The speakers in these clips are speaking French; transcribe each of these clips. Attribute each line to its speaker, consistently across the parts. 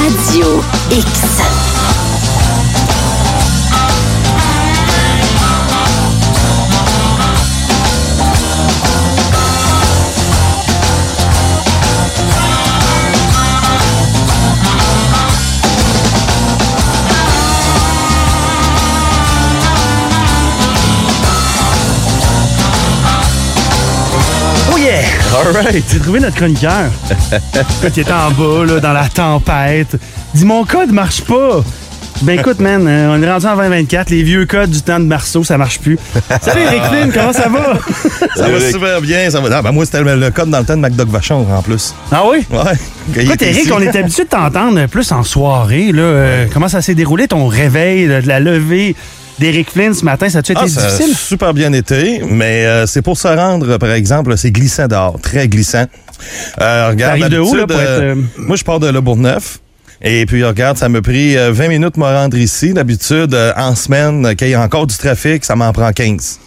Speaker 1: Radio X.
Speaker 2: Oh yeah!
Speaker 3: Alright!
Speaker 2: J'ai trouvé notre chroniqueur. qui est en bas, là, dans la tempête. Dis, mon code marche pas. Ben écoute, man, euh, on est rendu en 2024. Les vieux codes du temps de Marceau, ça marche plus. Salut, Eric
Speaker 3: Ah.
Speaker 2: Flynn, comment ça va?
Speaker 3: Ça va super bien. Ça va... Ah, ben moi, c'était le code dans le temps de McDoug Vachon, en plus.
Speaker 2: Ah oui?
Speaker 3: Ouais. Quand il
Speaker 2: Écoute,
Speaker 3: était
Speaker 2: Eric,
Speaker 3: ici.
Speaker 2: on est habitué de t'entendre plus en soirée. Là, Euh, Comment ça s'est déroulé ton réveil, là, de la levée d'Eric Flynn ce matin? Ça a-tu été
Speaker 3: Ah, ça a
Speaker 2: difficile?
Speaker 3: super bien été, mais euh, c'est pour se rendre, par exemple, c'est glissant dehors, très glissant. Euh, regarde,
Speaker 2: T'arrives de où, là,
Speaker 3: d'habitude,
Speaker 2: pour être, euh,
Speaker 3: Moi, je pars de Le Bourgneuf. Et puis, regarde, ça m'a pris euh, 20 minutes de me rendre ici. D'habitude, euh, en semaine, euh, qu'il y a encore du trafic, ça m'en prend 15.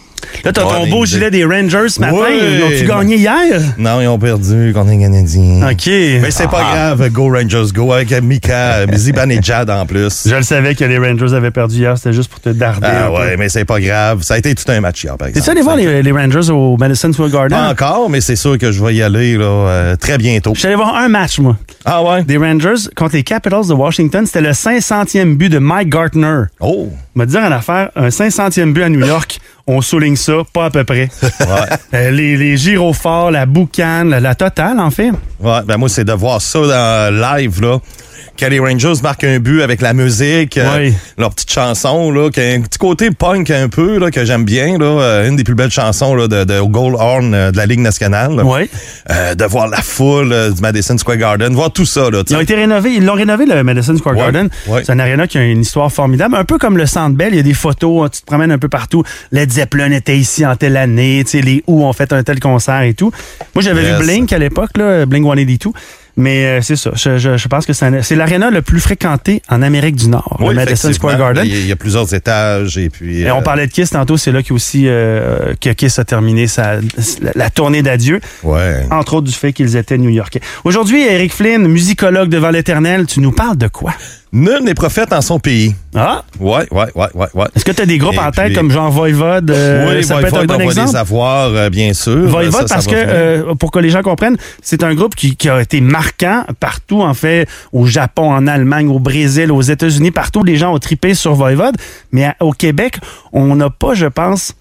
Speaker 2: Là, t'as ton
Speaker 3: Ouais,
Speaker 2: beau
Speaker 3: une
Speaker 2: gilet des Rangers ce matin.
Speaker 3: Ouais.
Speaker 2: Ils Ont-tu gagné hier?
Speaker 3: Non, ils ont perdu contre les Canadiens.
Speaker 2: OK. Ah.
Speaker 3: Mais c'est pas grave, go Rangers, go avec Mika, Ziban et Jad en plus.
Speaker 2: Je le savais que les Rangers avaient perdu hier. C'était juste pour te darder. un
Speaker 3: Ah
Speaker 2: peu.
Speaker 3: ouais, mais c'est pas grave. Ça a été tout un match hier, par exemple.
Speaker 2: T'es-tu allé voir les, les Rangers au Madison Square Garden?
Speaker 3: Pas encore, mais c'est sûr que je vais y aller là, euh, très bientôt.
Speaker 2: Je suis allé voir un match, moi.
Speaker 3: Ah ouais?
Speaker 2: Des Rangers contre les Capitals de Washington. C'était le 500e but de Mike Gartner.
Speaker 3: Oh!
Speaker 2: Me dire en affaire, un 500e but à New York, on souligne ça, pas à peu près. Euh, les, les gyrophares, la boucane, la, la totale, en fait.
Speaker 3: Ouais, ben moi, c'est de voir ça dans live, là. Que les Rangers marquent un but avec la musique, euh,
Speaker 2: Oui.
Speaker 3: leur petite chanson, là, qui a un petit côté punk un peu, là, que j'aime bien, là, euh, une des plus belles chansons là, de, de Gold Horn euh, de la Ligue nationale. là.
Speaker 2: Oui.
Speaker 3: Euh, de voir la foule euh, du Madison Square Garden, voir tout ça, là, tu
Speaker 2: Ils ont
Speaker 3: sais.
Speaker 2: été rénovés. Ils l'ont rénové, le Madison Square
Speaker 3: Ouais,
Speaker 2: Garden.
Speaker 3: ouais.
Speaker 2: C'est un aréna qui a une histoire formidable. Un peu comme le Centre Bell. Il y a des photos. hein, Tu te promènes un peu partout. Led Zeppelin était ici en telle année. Tu sais, les Who ont fait un tel concert et tout. Moi, j'avais
Speaker 3: Yes.
Speaker 2: vu Blink à l'époque, là, Blink 182. Mais euh, c'est ça. Je, je- je pense que c'est un- c'est l'aréna le plus fréquenté en Amérique du Nord,
Speaker 3: Oui,
Speaker 2: le Madison
Speaker 3: effectivement.
Speaker 2: Square Garden.
Speaker 3: Il y, a- il y a plusieurs étages, et puis...
Speaker 2: Et
Speaker 3: euh,
Speaker 2: on parlait de Kiss tantôt, c'est là que aussi euh, que Kiss a terminé sa, la, la tournée d'adieu,
Speaker 3: Ouais.
Speaker 2: entre autres du fait qu'ils étaient new-yorkais. Aujourd'hui, Eric Flynn, musicologue devant l'éternel, tu nous parles de quoi?
Speaker 3: Nul n'est prophète en son pays.
Speaker 2: Ah,
Speaker 3: Ouais, ouais, ouais, ouais, ouais.
Speaker 2: est-ce que tu as des groupes
Speaker 3: Et
Speaker 2: en
Speaker 3: puis-
Speaker 2: tête comme Jean Voivode? euh,
Speaker 3: oui,
Speaker 2: ça
Speaker 3: Voivode,
Speaker 2: peut être un
Speaker 3: on
Speaker 2: bon
Speaker 3: va les
Speaker 2: exemple.
Speaker 3: avoir, euh, bien sûr.
Speaker 2: Voivode,
Speaker 3: Ça, ça
Speaker 2: parce
Speaker 3: va
Speaker 2: que,
Speaker 3: venir.
Speaker 2: euh, pour que les gens comprennent, c'est un groupe qui, qui a été marquant partout, en fait, au Japon, en Allemagne, au Brésil, aux États-Unis, partout, les gens ont tripé sur Voivode. Mais à- au Québec, on n'a pas, je pense,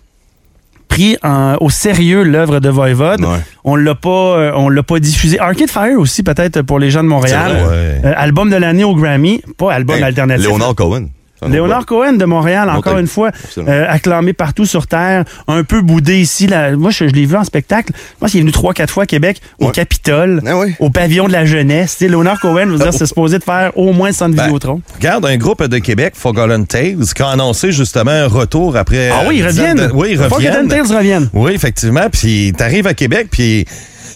Speaker 2: pris en- au sérieux l'œuvre de Voivode.
Speaker 3: Ouais.
Speaker 2: On l'a pas, euh, on l'a pas diffusé. Arcade Fire aussi, peut-être, pour les gens de Montréal.
Speaker 3: C'est vrai, ouais. Ben,
Speaker 2: Euh, album de l'année au Grammy, pas album
Speaker 4: Hey,
Speaker 2: alternatif.
Speaker 4: Leonard Cohen. C'est un autre
Speaker 2: Léonard
Speaker 4: gars.
Speaker 2: Cohen de Montréal, encore
Speaker 4: Montagne.
Speaker 2: une fois,
Speaker 4: Absolument.
Speaker 2: euh, acclamé partout sur Terre, un peu boudé ici. là. Moi, je, je l'ai vu en spectacle. Moi, il est venu trois, quatre fois à Québec, au
Speaker 4: Ouais.
Speaker 2: Capitole,
Speaker 4: Ah oui.
Speaker 2: au Pavillon de la Jeunesse. Tu sais, Léonard Cohen, vous dire, c'est supposé de faire au moins 100
Speaker 3: Ben,
Speaker 2: Vidéotron.
Speaker 3: Regarde, un groupe de Québec, Forgotten Tales, qui a annoncé justement un retour après...
Speaker 2: Ah oui, ils
Speaker 3: euh, dix ans
Speaker 2: reviennent.
Speaker 3: de- Oui, ils
Speaker 2: Forgotten
Speaker 3: reviennent.
Speaker 2: Tales reviennent.
Speaker 3: Oui, effectivement. Puis t'arrives à Québec, puis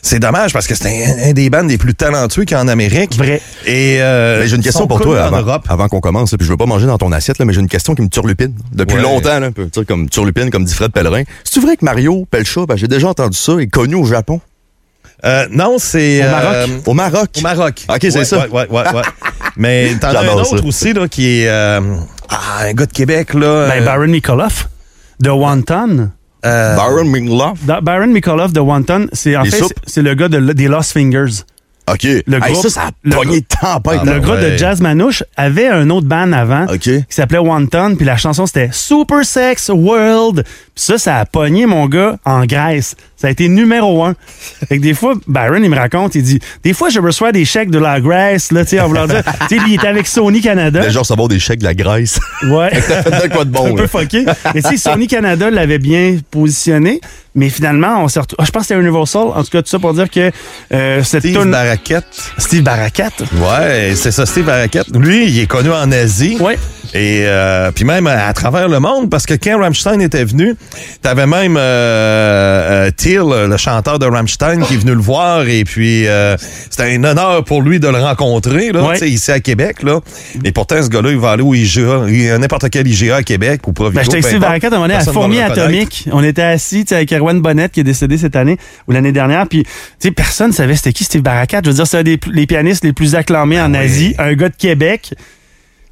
Speaker 3: c'est dommage parce que c'est un, un des bandes les plus talentueux qu'il y a en Amérique.
Speaker 2: Vrai.
Speaker 3: Et euh,
Speaker 4: Mais j'ai une
Speaker 3: ils sont
Speaker 4: question pour
Speaker 3: connus
Speaker 4: toi
Speaker 3: en
Speaker 4: avant,
Speaker 3: Europe.
Speaker 4: avant qu'on commence. là, Puis je veux pas manger dans ton assiette, là, mais j'ai une question qui me turlupine depuis
Speaker 3: Ouais.
Speaker 4: longtemps. Là, un peu, tu sais, comme turlupine, comme dit Fred Pellerin. C'est vrai que Mario Pelcha, ben, j'ai déjà entendu ça, est connu au Japon,
Speaker 3: Euh, non, c'est
Speaker 2: Au Maroc.
Speaker 3: euh,
Speaker 4: au Maroc.
Speaker 3: Au Maroc.
Speaker 4: Ok, c'est
Speaker 3: Ouais,
Speaker 4: ça.
Speaker 3: Ouais, ouais, ouais, ouais. Mais t'en as un
Speaker 4: J'adore
Speaker 3: autre
Speaker 4: ça.
Speaker 3: aussi là qui est euh, ah, un gars de Québec là.
Speaker 2: Ben,
Speaker 3: euh,
Speaker 2: Baron Mikoloff de Wanton.
Speaker 3: euh,
Speaker 4: Baron Mingloff.
Speaker 2: Da- Baron Mikoloff de Wanton, c'est en
Speaker 4: Les
Speaker 2: fait,
Speaker 4: soupes.
Speaker 2: c'est- c'est le gars de, des Lost Fingers.
Speaker 4: OK. Le
Speaker 2: groupe-
Speaker 4: ça, ça a
Speaker 2: le
Speaker 4: pogné de tempête.
Speaker 3: Ah,
Speaker 2: le
Speaker 4: là.
Speaker 3: ben
Speaker 2: groupe de
Speaker 3: ouais.
Speaker 2: Jazz Manouche avait un autre band avant
Speaker 4: OK.
Speaker 2: qui s'appelait One Ton, puis la chanson c'était Super Sex World. Puis ça, ça a pogné mon gars en Grèce. Ça a été numéro un. Fait que des fois, Byron, il me raconte, il dit Des fois, je reçois des chèques de la Grèce, là, tu sais, en voulant dire. Tu sais, lui, il était avec Sony Canada.
Speaker 4: Déjà recevoir des chèques de la Grèce.
Speaker 2: Ouais.
Speaker 4: Faites de quoi de
Speaker 2: un
Speaker 4: bon.
Speaker 2: peu
Speaker 4: là.
Speaker 2: fucké. Mais tu sais, Sony Canada l'avait bien positionné, mais finalement, on s'est retrouvé. Ah, je pense que c'était Universal. En tout cas, tout ça pour dire que euh, cette
Speaker 3: Steve
Speaker 2: tune-
Speaker 3: Baraquette.
Speaker 2: Steve Barakat.
Speaker 3: Ouais, c'est ça, Steve Baraquette. Lui, il est connu en Asie.
Speaker 2: Ouais.
Speaker 3: Et euh, puis même à, à travers le monde, parce que quand Rammstein était venu, t'avais même euh, euh, Till, le chanteur de Rammstein, qui est venu le voir. Et puis euh, c'était un honneur pour lui de le rencontrer, là,
Speaker 2: Ouais.
Speaker 3: tu sais, ici à Québec. Là. Mais pourtant, ce gars-là, il va aller au IGA, il- à n'importe quel IGA à Québec ou Provigo.
Speaker 2: Ben, je
Speaker 3: peu
Speaker 2: textais
Speaker 3: importe.
Speaker 2: vers quatre, à un moment donné, à
Speaker 3: Personne va
Speaker 2: Fourmi
Speaker 3: le reconnaître.
Speaker 2: Atomique. On était assis tu sais, avec Erwan Bonnette qui est décédé cette année ou l'année dernière. Puis, tu sais, personne savait c'était qui Steve Barakat. Je veux dire, c'est un des plus- les pianistes les plus acclamés
Speaker 3: Ben
Speaker 2: en Asie, un gars de Québec.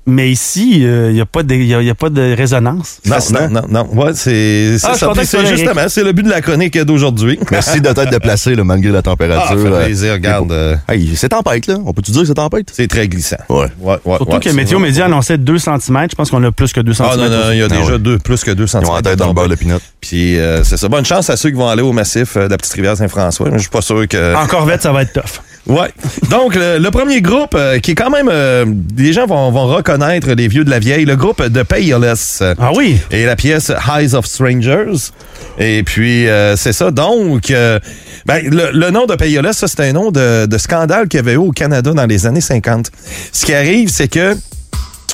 Speaker 2: Mais ici, il n'y a, pas de- y a- y a pas de résonance.
Speaker 3: Non,
Speaker 4: Fascinant.
Speaker 3: non, non, non. Ouais, c'est c'est
Speaker 2: Ah, je
Speaker 3: ça.
Speaker 2: pensais
Speaker 3: Puis
Speaker 2: que c'était
Speaker 3: C'est justement, c'est le but de la chronique d'aujourd'hui.
Speaker 4: Merci de t'être déplacé, là, malgré la
Speaker 3: Ah, ça
Speaker 4: température.
Speaker 3: fait
Speaker 4: euh,
Speaker 3: plaisir, regarde. euh,
Speaker 4: Hey, c'est tempête, là. On peut-tu dire que c'est tempête?
Speaker 3: C'est très glissant.
Speaker 4: Ouais.
Speaker 3: Ouais, ouais,
Speaker 2: Surtout
Speaker 3: ouais,
Speaker 2: que
Speaker 3: c'est
Speaker 2: Météo
Speaker 3: vrai.
Speaker 2: Média annonçait 2 cm. Je pense qu'on a plus que 2 cm.
Speaker 3: Ah non, non, il y a
Speaker 4: Ah,
Speaker 3: déjà
Speaker 4: ouais.
Speaker 3: deux, plus que 2 cm.
Speaker 4: Ils ont la tête dans le beurre de pinot.
Speaker 3: Puis euh, c'est ça. Bonne chance à ceux qui vont aller au massif euh, de la petite rivière Saint-François. Je suis pas sûr que.
Speaker 4: Ah.
Speaker 2: En Corvette, ça va être tough.
Speaker 3: Ouais. Donc le, le premier groupe euh, qui est quand même, euh, les gens vont, vont reconnaître les vieux de la vieille, le groupe de Payless. euh,
Speaker 2: Ah oui?
Speaker 3: et la pièce Eyes of Strangers. Et puis, euh, c'est ça. Donc, euh, ben, le, le nom de Payola, ça, c'est un nom de, de scandale qu'il y avait eu au Canada dans les années 50. Ce qui arrive, c'est que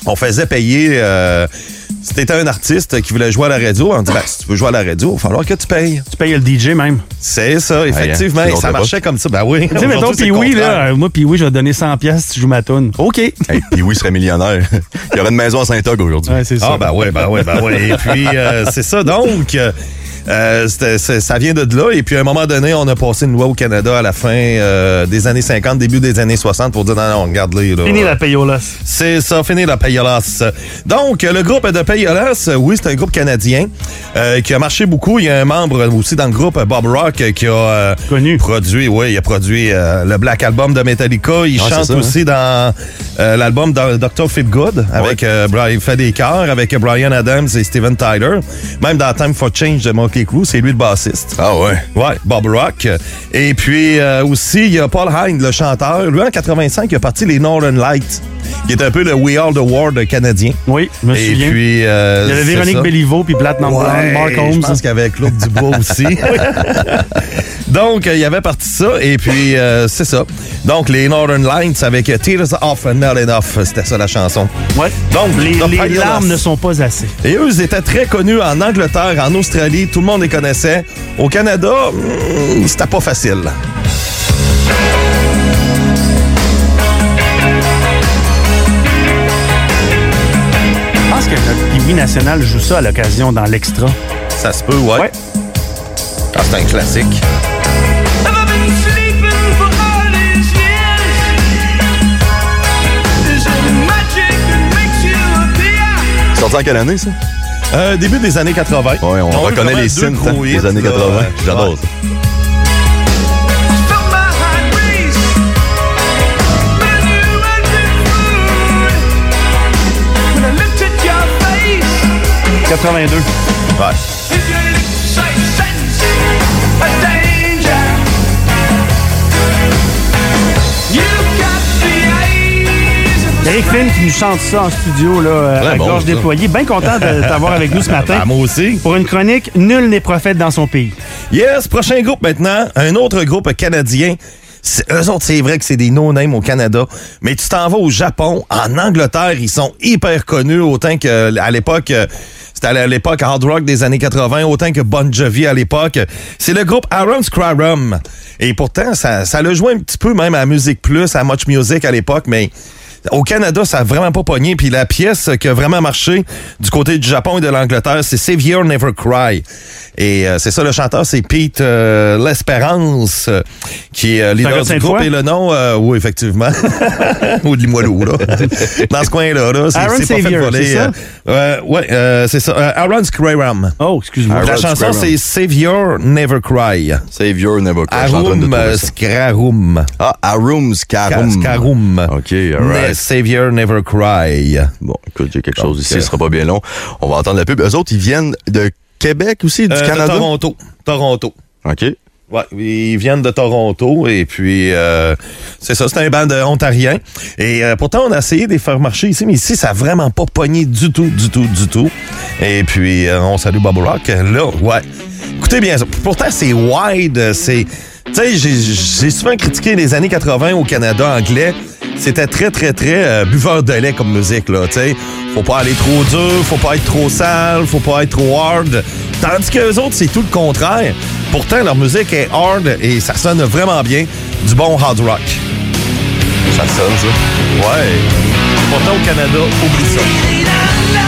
Speaker 3: on faisait payer... Euh, c'était un artiste qui voulait jouer à la radio. On dit, ben, si tu veux jouer à la radio, il va falloir que tu payes.
Speaker 2: Tu payes le DJ même.
Speaker 3: C'est ça, effectivement.
Speaker 4: hein, c'est
Speaker 3: Et ça
Speaker 4: l'autre
Speaker 3: marchait comme ça. Ben oui.
Speaker 2: Tu sais, mettons,
Speaker 3: Aujourd'hui, c'est
Speaker 2: puis oui,
Speaker 3: le contraire.
Speaker 2: là, euh, moi, puis oui, je vais te donner 100$ piastres si tu joues ma tune. OK.
Speaker 4: Hey, puis oui, il serait millionnaire. il y aurait une maison à Saint-Og aujourd'hui.
Speaker 2: Ouais, c'est ça.
Speaker 3: Ah, ben oui, ben oui, ben oui. Et puis, euh, c'est ça. Donc, euh, euh, c'était- c'est- ça vient de là. Et puis, à un moment donné, on a passé une loi au Canada à la fin euh, des années 50, début des années 60 pour dire non, non, regarde-les. là.
Speaker 2: Fini la payolas.
Speaker 3: C'est ça, fini la payolas. Donc, le groupe de payolas, euh, oui, c'est un groupe canadien euh, qui a marché beaucoup. Il y a un membre aussi dans le groupe, Bob Rock, euh, qui a euh,
Speaker 2: Connu.
Speaker 3: produit, oui, il a produit euh, le Black Album de Metallica. Il
Speaker 4: Ah, c'est
Speaker 3: chante
Speaker 4: ça, hein?
Speaker 3: aussi dans euh, l'album de Dr. Fitgood avec
Speaker 4: Ouais.
Speaker 3: euh, Brian, il fait des chœurs avec Brian Adams et Steven Tyler. Même dans Time for Change de Motley Crue, c'est lui le bassiste.
Speaker 4: Ah ouais.
Speaker 3: Ouais, Bob Rock. Et puis euh, aussi, il y a Paul Hind, le chanteur. Lui, en 85, il a parti les Northern Lights, qui est un peu le We Are the World canadien.
Speaker 2: Oui, je me
Speaker 3: Et
Speaker 2: souviens.
Speaker 3: puis, euh,
Speaker 2: Il y avait
Speaker 3: c'est
Speaker 2: Véronique
Speaker 3: ça.
Speaker 2: Béliveau, puis Blatt Number
Speaker 3: Ouais,
Speaker 2: One, Mark
Speaker 3: Je
Speaker 2: Holmes. hein.
Speaker 3: pense qu'il y avait Claude Dubois aussi. Donc, euh, il y avait parti ça, et puis euh, c'est ça. Donc, les Northern Lights avec Tears Off and Not Enough, c'était ça la chanson.
Speaker 2: Ouais.
Speaker 3: Donc,
Speaker 2: les,
Speaker 3: The
Speaker 2: les
Speaker 3: Pioneers.
Speaker 2: larmes ne sont pas assez.
Speaker 3: Et eux, ils étaient très connus en Angleterre, en Australie, tout le monde les connaissait. Au Canada, hmm, c'était pas facile.
Speaker 2: Je pense que notre Piwi national joue ça à l'occasion dans l'extra.
Speaker 3: Ça se peut, ouais.
Speaker 2: Ouais.
Speaker 3: Ah, c'est un classique.
Speaker 5: Have I been sleeping for all these years? Is it magic that makes you appear?
Speaker 4: Sorti en quelle année, ça?
Speaker 3: Euh, début des années 80.
Speaker 4: Ouais, on
Speaker 3: a eu
Speaker 4: reconnaît
Speaker 3: vraiment
Speaker 4: les
Speaker 3: deux
Speaker 4: synths
Speaker 3: gros
Speaker 4: hein,
Speaker 3: hits,
Speaker 4: des années
Speaker 3: là.
Speaker 4: 80.
Speaker 3: Ouais.
Speaker 4: J'adore ça.
Speaker 5: Felt my heart race. When you entered food, when I looked at your face,
Speaker 2: 82.
Speaker 3: Ouais.
Speaker 5: did your lips I sense a danger? You got the eyes of a
Speaker 2: Eric Flynn qui nous chante ça en studio, là, euh,
Speaker 4: Très
Speaker 2: à
Speaker 4: bon,
Speaker 2: gorge
Speaker 4: ça.
Speaker 2: déployée. Bien content de t'avoir avec nous ce matin.
Speaker 3: Ben, moi aussi.
Speaker 2: Pour une chronique, nul n'est prophète dans son pays.
Speaker 3: Yes, prochain groupe maintenant. Un autre groupe canadien. C'est- Eux autres, c'est vrai que c'est des no-names au Canada, mais tu t'en vas au Japon, en Angleterre, ils sont hyper connus, autant que euh, à l'époque, euh, c'était à l'époque hard rock des années 80, autant que Bon Jovi à l'époque. C'est le groupe Aaron Scrarum. Et pourtant, ça, ça le jouait un petit peu même à Musique Plus, à Much Music à l'époque, mais au Canada, ça a vraiment pas pogné. Puis la pièce qui a vraiment marché du côté du Japon et de l'Angleterre, c'est Savior Never Cry. Et euh, c'est ça, le chanteur, c'est Pete euh, L'Espérance, euh, qui est euh, leader
Speaker 2: gars de
Speaker 3: du groupe.
Speaker 2: Sainte-Foy?
Speaker 3: Et le nom, euh, oui, effectivement. Ou de Limoilou, là. Dans ce coin-là, là, c'est
Speaker 2: Aaron
Speaker 3: c'est pas fait
Speaker 2: Savior,
Speaker 3: voler.
Speaker 2: c'est ça?
Speaker 3: euh, euh, ouais, euh, c'est ça. Euh, Aaron Scraram.
Speaker 2: Oh, excuse-moi.
Speaker 3: La
Speaker 4: Aaron
Speaker 3: chanson,
Speaker 4: Scraram.
Speaker 3: c'est Savior Never Cry.
Speaker 4: Savior Nebuchadnezzar. Je suis en train de
Speaker 3: Arum
Speaker 4: trouver
Speaker 3: euh,
Speaker 4: ça.
Speaker 3: Scrarum.
Speaker 4: Ah, Arum Scarum.
Speaker 3: Scarum.
Speaker 4: OK, all
Speaker 3: Ne-
Speaker 4: right.
Speaker 3: Savior Never Cry.
Speaker 4: Bon, écoute, j'ai quelque chose
Speaker 3: Donc,
Speaker 4: ici,
Speaker 3: euh,
Speaker 4: ce sera pas bien long. On va entendre la pub. Eux autres, ils viennent de Québec aussi, du
Speaker 3: Euh, de
Speaker 4: Canada.
Speaker 3: Toronto. Toronto.
Speaker 4: OK.
Speaker 3: Ouais, ils viennent de Toronto et puis euh, c'est ça, c'est un band de ontarien. Et euh, pourtant, on a essayé de les faire marcher ici, mais ici, ça a vraiment pas pogné du tout, du tout, du tout. Et puis, euh, on salue Bob Rock. Là, ouais. Écoutez bien ça. Pourtant, c'est wide, euh, c'est... Tu sais, j'ai- j'ai souvent critiqué les années 80 au Canada anglais. C'était très, très, très euh, buveur de lait comme musique, là, tu sais. Faut pas aller trop dur, faut pas être trop sale, faut pas être trop hard. Tandis que les autres, c'est tout le contraire. Pourtant, leur musique est hard et ça sonne vraiment bien. Du bon hard rock. Ça sonne, ça. Ouais. Pourtant, au Canada, oublie ça.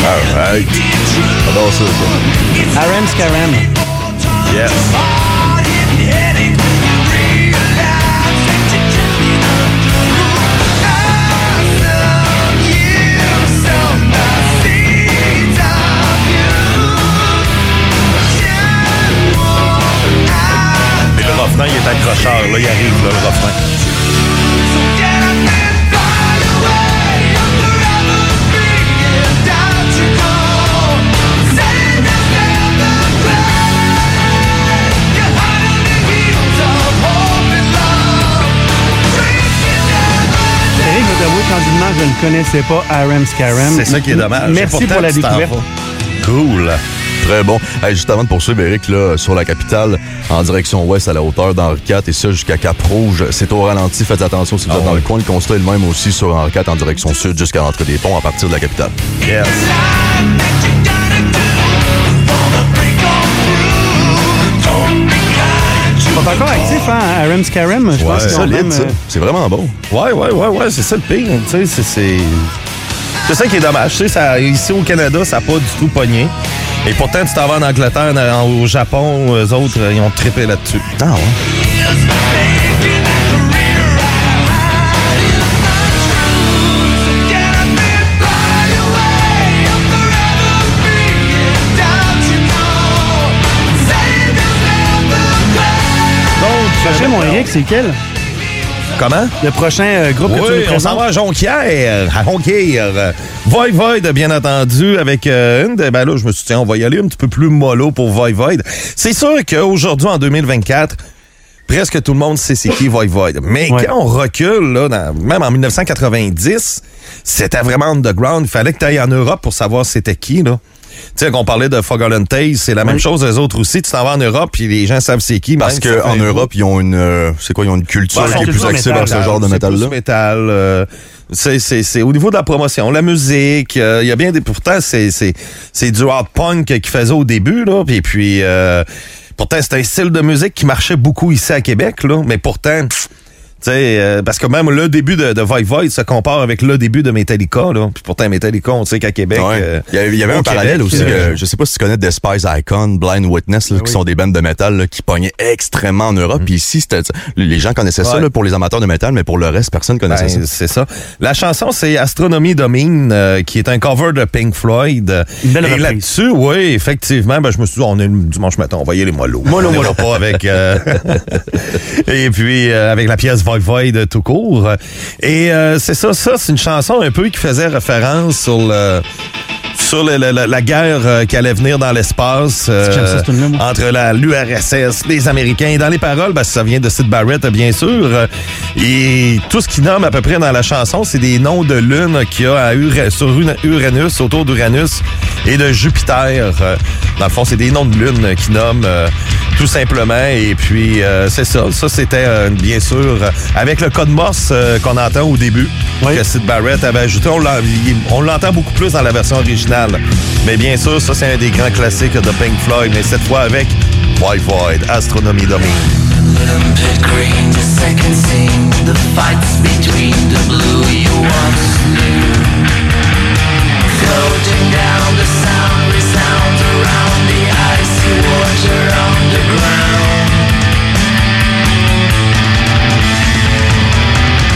Speaker 4: Alright. J'adore ça, ça.
Speaker 2: Aram Scaram.
Speaker 3: Yes. Et le refrain, il est accrocheur. Là, il arrive, là, le refrain.
Speaker 2: Eric, je dois t'avouer, candidement, je ne connaissais pas Aram Scaram.
Speaker 3: C'est ça qui est dommage.
Speaker 2: Hum. Merci
Speaker 3: Pourtant,
Speaker 2: pour la
Speaker 3: tu t'en
Speaker 2: découverte.
Speaker 3: vas. Cool.
Speaker 4: Très bon. Hey, juste avant de poursuivre, Eric, là, sur la capitale, en direction ouest, à la hauteur d'Henri IV, et ça jusqu'à Cap-Rouge. C'est au ralenti. Faites attention si vous
Speaker 3: Ah
Speaker 4: êtes dans le coin. Le constat est le même aussi sur Henri IV, en direction sud, jusqu'à l'entrée des ponts, à partir de la capitale.
Speaker 3: Yes.
Speaker 2: Ils sont encore actifs, hein, Aram Scaram. Je
Speaker 4: Ouais,
Speaker 2: pense
Speaker 4: c'est
Speaker 2: qu'ils ont
Speaker 4: solide,
Speaker 2: même,
Speaker 4: ça.
Speaker 2: euh,
Speaker 4: C'est vraiment bon.
Speaker 3: Ouais, ouais, ouais, ouais, c'est ça le pire. hein, Tu sais, c'est- c'est. C'est ça qui est dommage. Tu sais, ça, ici au Canada, ça n'a pas du tout pogné. Et pourtant, tu t'en vas en Angleterre, en- au Japon, eux autres, ils ont trippé là-dessus.
Speaker 4: Ah, ouais.
Speaker 3: Donc,
Speaker 2: Chez mon Eric, c'est lequel?
Speaker 3: Comment?
Speaker 2: Le prochain euh, groupe que tu
Speaker 3: Oui,
Speaker 2: nous
Speaker 3: on s'en
Speaker 2: présentes?
Speaker 3: va à Jonquière, à Jonquière. Void Void, bien entendu, avec euh, une des... Ben là, je me suis dit, tiens, on va y aller un petit peu plus mollo pour Void Void. C'est sûr qu'aujourd'hui, en 2024, presque tout le monde sait c'est qui Void Void. Mais
Speaker 2: Ouais.
Speaker 3: quand on recule, là, dans- même en 1990, c'était vraiment underground. Il fallait que tu ailles en Europe pour savoir c'était qui, là. Tu sais, qu'on parlait de Forgotten Tales, c'est la même chose, les autres aussi. Tu t'en vas en Europe, puis les gens savent c'est qui.
Speaker 4: Parce
Speaker 3: même si ça fait
Speaker 4: qu'en
Speaker 3: un bout.
Speaker 4: Europe, ils ont une, euh, c'est quoi, ils ont une culture
Speaker 3: Bah,
Speaker 4: qui est
Speaker 2: culture
Speaker 4: plus axée vers
Speaker 2: métal,
Speaker 4: ce genre de
Speaker 3: c'est
Speaker 4: métal-là.
Speaker 3: plus métal, euh, c'est, c'est, c'est au niveau de la promotion, la musique, euh, il y a bien des... Pourtant, c'est, c'est, c'est du hard punk qu'ils faisaient au début, là, puis, puis euh, pourtant, c'est un style de musique qui marchait beaucoup ici à Québec, là, mais pourtant... pff, tu sais, euh, parce que même le début de, de Void Void se compare avec le début de Metallica. Là. Puis pourtant, Metallica, on sait qu'à Québec...
Speaker 4: Ouais.
Speaker 3: euh,
Speaker 4: il y avait, il y avait
Speaker 3: au
Speaker 4: un
Speaker 3: Québec,
Speaker 4: parallèle aussi.
Speaker 3: euh, Ah
Speaker 4: que je sais pas si tu connais Despise Icon, Blind Witness, là, qui sont des bandes de métal là, qui pognaient extrêmement en Europe. Puis ici, c'était, les gens connaissaient ça
Speaker 3: Mm. Ouais.
Speaker 4: là, pour les amateurs de métal, mais pour le reste, personne connaissait
Speaker 3: Ben,
Speaker 4: ça.
Speaker 3: c'est ça. La chanson, c'est Astronomie Domine, euh, qui est un cover de Pink Floyd.
Speaker 2: Une belle
Speaker 3: Et
Speaker 2: reprise.
Speaker 3: là-dessus, oui, effectivement, ben, je me suis dit, on est le dimanche matin, on va y aller mollo.
Speaker 4: Mollo,
Speaker 3: On ira
Speaker 4: mollo.
Speaker 3: pas avec... euh, Et puis, euh, avec la pièce Void Void tout court. Et euh, c'est ça, ça, c'est une chanson un peu qui faisait référence sur le... Sur le- le- la, la guerre euh, qui allait venir dans l'espace euh,
Speaker 2: que j'aime ça, cette tune-là, moi?
Speaker 3: entre la l'URSS, les Américains. Et dans les paroles, ben, ça vient de Sid Barrett, bien sûr. Euh, Et tout ce qu'il nomme à peu près dans la chanson, c'est des noms de lune qu'il y a à Ura- sur Ura- Uranus, autour d'Uranus et de Jupiter. Euh, Dans le fond, c'est des noms de lune qu'il nomme euh, tout simplement. Et puis, euh, c'est ça. Ça, c'était, euh, bien sûr, euh, avec le code Morse euh, qu'on entend au début,
Speaker 2: Oui.
Speaker 3: que Sid Barrett avait ajouté. On l'en- il- on l'entend beaucoup plus dans la version originale. Mais bien sûr, ça, c'est un des grands classiques de Pink Floyd, mais cette fois avec Void Void, Astronomie Domine.
Speaker 6: Olympic green, the second scene, the fights between the blue you once knew. Floating down, the sound resounds around the icy water underground.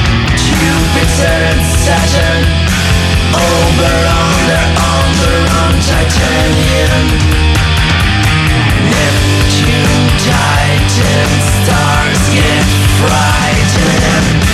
Speaker 6: Jupiter and Saturn, over, under, on the run, Titanium. Neptune, Titan, stars get frightened.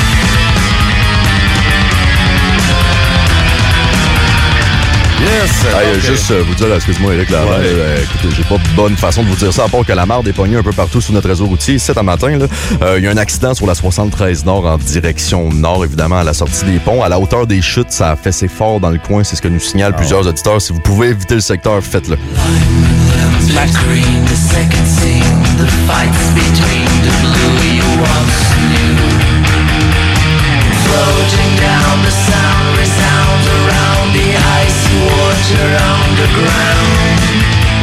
Speaker 3: Yes!
Speaker 4: Ah, euh,
Speaker 3: Donc,
Speaker 4: juste euh, vous dire, là, excuse-moi Eric, là,
Speaker 3: Ouais.
Speaker 4: euh, écoutez, j'ai pas de bonne façon de vous dire ça, à part que la marde est pognée un peu partout sur notre réseau routier. Cet matin, là, euh, il y a un accident sur la 73 Nord en direction nord, évidemment, à la sortie des ponts. À la hauteur des chutes, ça a fait ses forts dans le coin. C'est ce que nous
Speaker 3: Ah
Speaker 4: signalent plusieurs auditeurs. Si vous pouvez éviter le secteur, faites-le.
Speaker 6: Olympic green, the second scene, the fights between the blue you once knew.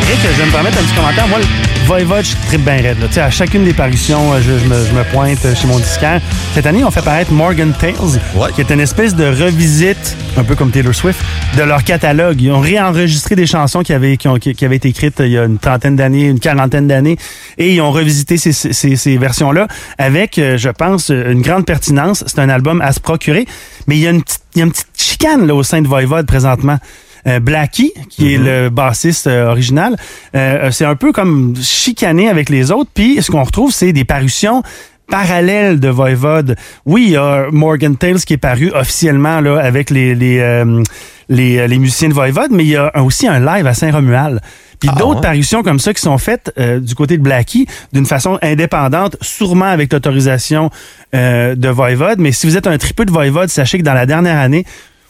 Speaker 2: Eric, je vais me permettre un petit commentaire. Moi, le Voivode, je tripe bien raide. là. Tu sais, À chacune des parutions, euh, je, je me, je me pointe euh, chez mon disquaire. Cette année, on fait paraître Morgan Tales,
Speaker 3: Ouais.
Speaker 2: qui est une espèce de revisite, un peu comme Taylor Swift, de leur catalogue. Ils ont réenregistré des chansons qui avaient, qui ont- qui- qui avaient été écrites euh, il y a une trentaine d'années, une quarantaine d'années, et ils ont revisité ces, ces- ces- ces versions-là avec, euh, je pense, euh, une grande pertinence. C'est un album à se procurer, mais il y a une petite, il y a une petite chicane là, au sein de Voivode présentement. Euh, Blackie, qui
Speaker 3: Mhm.
Speaker 2: est le bassiste euh, original, euh, euh, c'est un peu comme chicané avec les autres. Puis ce qu'on retrouve, c'est des parutions parallèles de Voivode. Oui, il y a Morgan Tales qui est paru officiellement là, avec les, les, euh, les, euh, les musiciens de Voivode, mais il y a un- aussi un live à Saint-Romuald. Puis
Speaker 3: Ah,
Speaker 2: d'autres
Speaker 3: ouais.
Speaker 2: parutions comme ça qui sont faites euh, du côté de Blackie d'une façon indépendante, sûrement avec l'autorisation euh, de Voivode. Mais si vous êtes un tripeux de Voivode, sachez que dans la dernière année,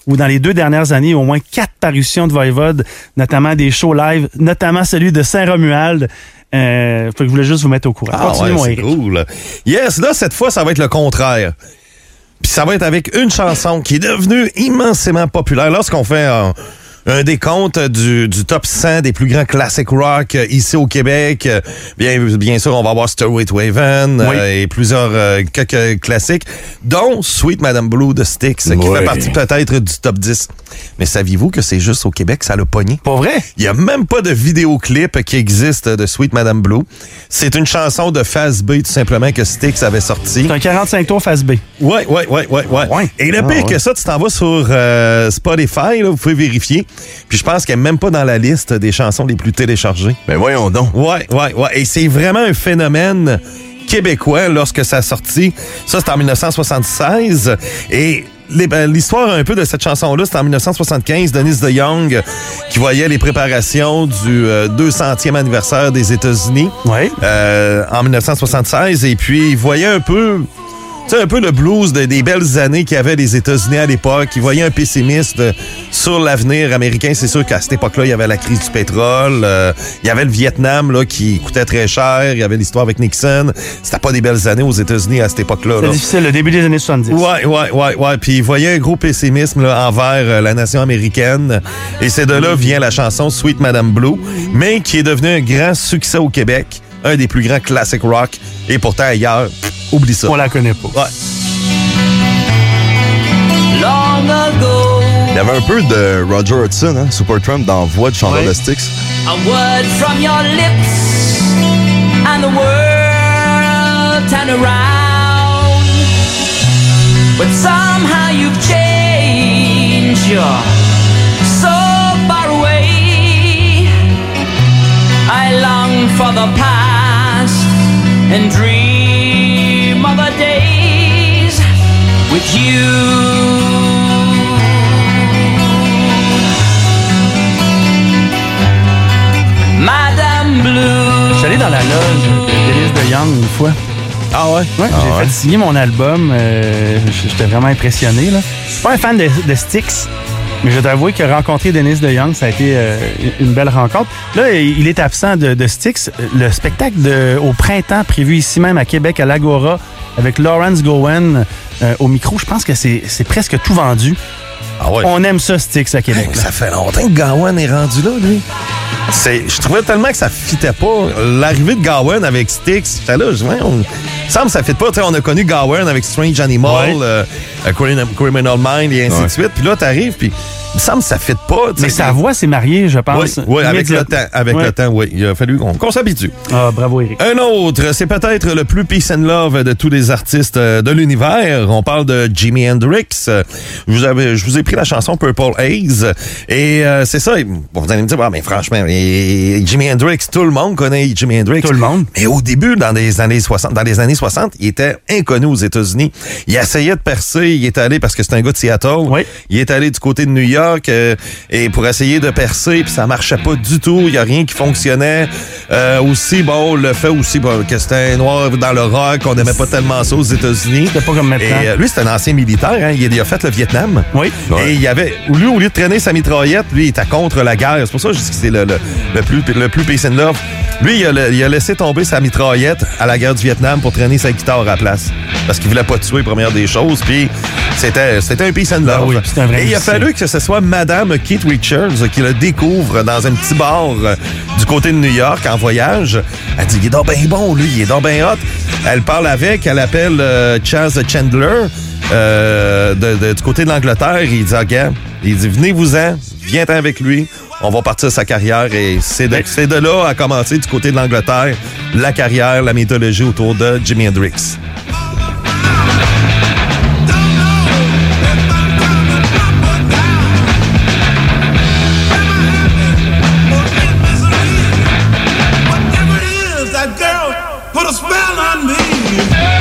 Speaker 2: ou dans les deux dernières années, au moins quatre parutions de Voivode, notamment des shows live, notamment celui de Saint-Romuald. Euh, fait que je voulais juste vous mettre au courant.
Speaker 3: Ah
Speaker 2: Continuez, mon
Speaker 3: ouais, c'est
Speaker 2: Eric.
Speaker 3: cool. Yes, là, cette fois, ça va être le contraire. Puis ça va être avec une chanson qui est devenue immensément populaire. Lorsqu'on fait un, un décompte du, du top 100 des plus grands classic rock euh, ici au Québec, euh, bien, bien sûr, on va avoir Stairway to Heaven euh, et plusieurs euh, quelques classiques, dont Sweet Madame Blue de Styx, qui
Speaker 4: Ouais.
Speaker 3: fait partie peut-être du top 10. Mais saviez-vous que c'est juste au Québec, ça l'a pogné?
Speaker 2: Pas vrai?
Speaker 3: Il n'y a même pas de vidéoclip qui existe de Sweet Madame Blue. C'est une chanson de Phase B, tout simplement, que Styx avait sorti.
Speaker 2: C'est un 45 tours face B.
Speaker 3: Ouais, ouais, ouais, ouais, ouais.
Speaker 2: Ouais.
Speaker 3: Et le
Speaker 4: Ah,
Speaker 3: pire
Speaker 4: ouais.
Speaker 3: que ça, tu t'en vas sur euh, Spotify, là, vous pouvez vérifier. Puis je pense qu'elle n'est même pas dans la liste des chansons les plus téléchargées.
Speaker 4: Mais voyons donc.
Speaker 3: Ouais, ouais, ouais. Et c'est vraiment un phénomène québécois lorsque ça a sorti. Ça, c'est en 1976. Et les- ben, l'histoire un peu de cette chanson-là, c'est en 1975, Denise de Young euh, qui voyait les préparations du euh, 200e anniversaire des États-Unis
Speaker 2: Oui.
Speaker 3: euh, en 1976. Et puis, il voyait un peu... Tu sais, un peu le blues de- des belles années qu'il y avait les États-Unis à l'époque. Il voyait un pessimiste euh, sur l'avenir américain. C'est sûr qu'à cette époque-là, il y avait la crise du pétrole. euh, il y avait le Vietnam là, qui coûtait très cher. Il y avait l'histoire avec Nixon. C'était pas des belles années aux États-Unis à cette époque-là.
Speaker 2: C'est
Speaker 3: là.
Speaker 2: difficile, le début des années 70.
Speaker 3: Ouais, ouais, ouais, ouais. Puis il voyait un gros pessimisme là, envers euh, la nation américaine. Et c'est de là vient la chanson Sweet Madame Blue, mais qui est devenue un grand succès au Québec, un des plus grands classic rock. Et pourtant, ailleurs, pff, oublie ça.
Speaker 2: On la connaît pas.
Speaker 3: Ouais.
Speaker 6: Long ago,
Speaker 4: Il y avait un peu de Roger Hudson, hein, Supertramp, dans Voix de Chandler
Speaker 2: Ouais.
Speaker 4: de Styx.
Speaker 6: a word from your lips, and the world turn around. But somehow you've changed. You're so far away. I long for the past and dream of the days with you. Madame
Speaker 2: Je
Speaker 6: Blue.
Speaker 2: suis allé dans la loge de Denise de Young une fois.
Speaker 3: Ah ouais?
Speaker 2: Ouais, j'ai fait signer mon album. euh, j- J'étais vraiment impressionné. Là. Je suis pas un fan de, de Styx, mais je t'avoue que rencontrer Denise de Young, ça a été euh, une belle rencontre. Là, il est absent de, de Styx. Le spectacle de, au printemps prévu ici même à Québec, à l'Agora, avec Lawrence Gowen euh, au micro, je pense que c'est c'est presque tout vendu.
Speaker 3: Ah ouais.
Speaker 2: On aime ça, Styx, à Québec. là.
Speaker 3: Ça fait longtemps que Gawain est rendu là, lui. C'est, je trouvais tellement que ça fitait pas. L'arrivée de Gawain avec Styx, j'étais là, je ouais, on, il semble que ça fit pas. Tu sais, on a connu Gawain avec Strange Animal,
Speaker 2: Ouais.
Speaker 3: euh, euh, Criminal, Criminal Mind et ainsi
Speaker 4: Ouais.
Speaker 3: de suite. Puis là, t'arrives, puis il me semble que ça fit pas. tu
Speaker 2: Mais
Speaker 3: sais.
Speaker 2: sa voix s'est mariée, je
Speaker 3: Oui,
Speaker 2: pense.
Speaker 3: oui, avec le
Speaker 2: immédiatement.
Speaker 3: temps, avec
Speaker 2: Ah, Ouais.
Speaker 3: le temps, oui. Il a fallu qu'on, qu'on s'habitue.
Speaker 2: Ah, bravo, Eric.
Speaker 3: Un autre, c'est peut-être le plus peace and love de tous les artistes euh, de l'univers. On parle de Jimi Hendrix. Euh, Je vous, avais- je vous ai pris la chanson Purple Haze. Et euh, c'est ça, et, bon, vous allez me dire, Ah, mais franchement, et- Jimi Hendrix, tout le monde connaît Jimi Hendrix.
Speaker 2: Tout le monde.
Speaker 3: Mais au début, dans les années 60, dans les années 60, il était inconnu aux États-Unis. Il essayait de percer, il est allé parce que c'est un gars de Seattle.
Speaker 2: Oui.
Speaker 3: Il est allé du côté de New York euh, et pour essayer de percer, puis ça marchait pas du tout. Il y a rien qui fonctionnait. Euh, aussi, bon, le fait aussi bon, que c'était un noir dans le rock, on n'aimait pas tellement ça aux États-Unis.
Speaker 2: C'était pas comme
Speaker 3: Et
Speaker 2: maintenant.
Speaker 3: euh, lui, c'est un ancien militaire. hein. Il, a, il a fait le Vietnam.
Speaker 2: Oui.
Speaker 3: Et il y avait, lui, au lieu de traîner sa mitraillette, lui, il était contre la guerre. C'est pour ça que je dis que c'est le, le, le plus, le plus peace and love. Lui, il a, le- il a laissé tomber sa mitraillette à la guerre du Vietnam pour traîner sa guitare à la place. Parce qu'il voulait pas tuer, première des choses. Puis c'était c'était un peace and love.
Speaker 2: Ah oui, puis c'est un vrai
Speaker 3: Et il a
Speaker 2: difficile.
Speaker 3: fallu que ce soit voir Madame Kate Richards euh, qui le découvre dans un petit bar euh, du côté de New York en voyage. Elle dit, il est donc bien bon, lui, il est donc bien hot. Elle parle avec, elle appelle euh, Chaz Chandler euh, de- de- du côté de l'Angleterre. Il dit, OK, il dit, venez-vous-en, viens-t'en avec lui. On va partir sa carrière et c'est de, c'est de là à commencer du côté de l'Angleterre la carrière, la mythologie autour de Jimi Hendrix.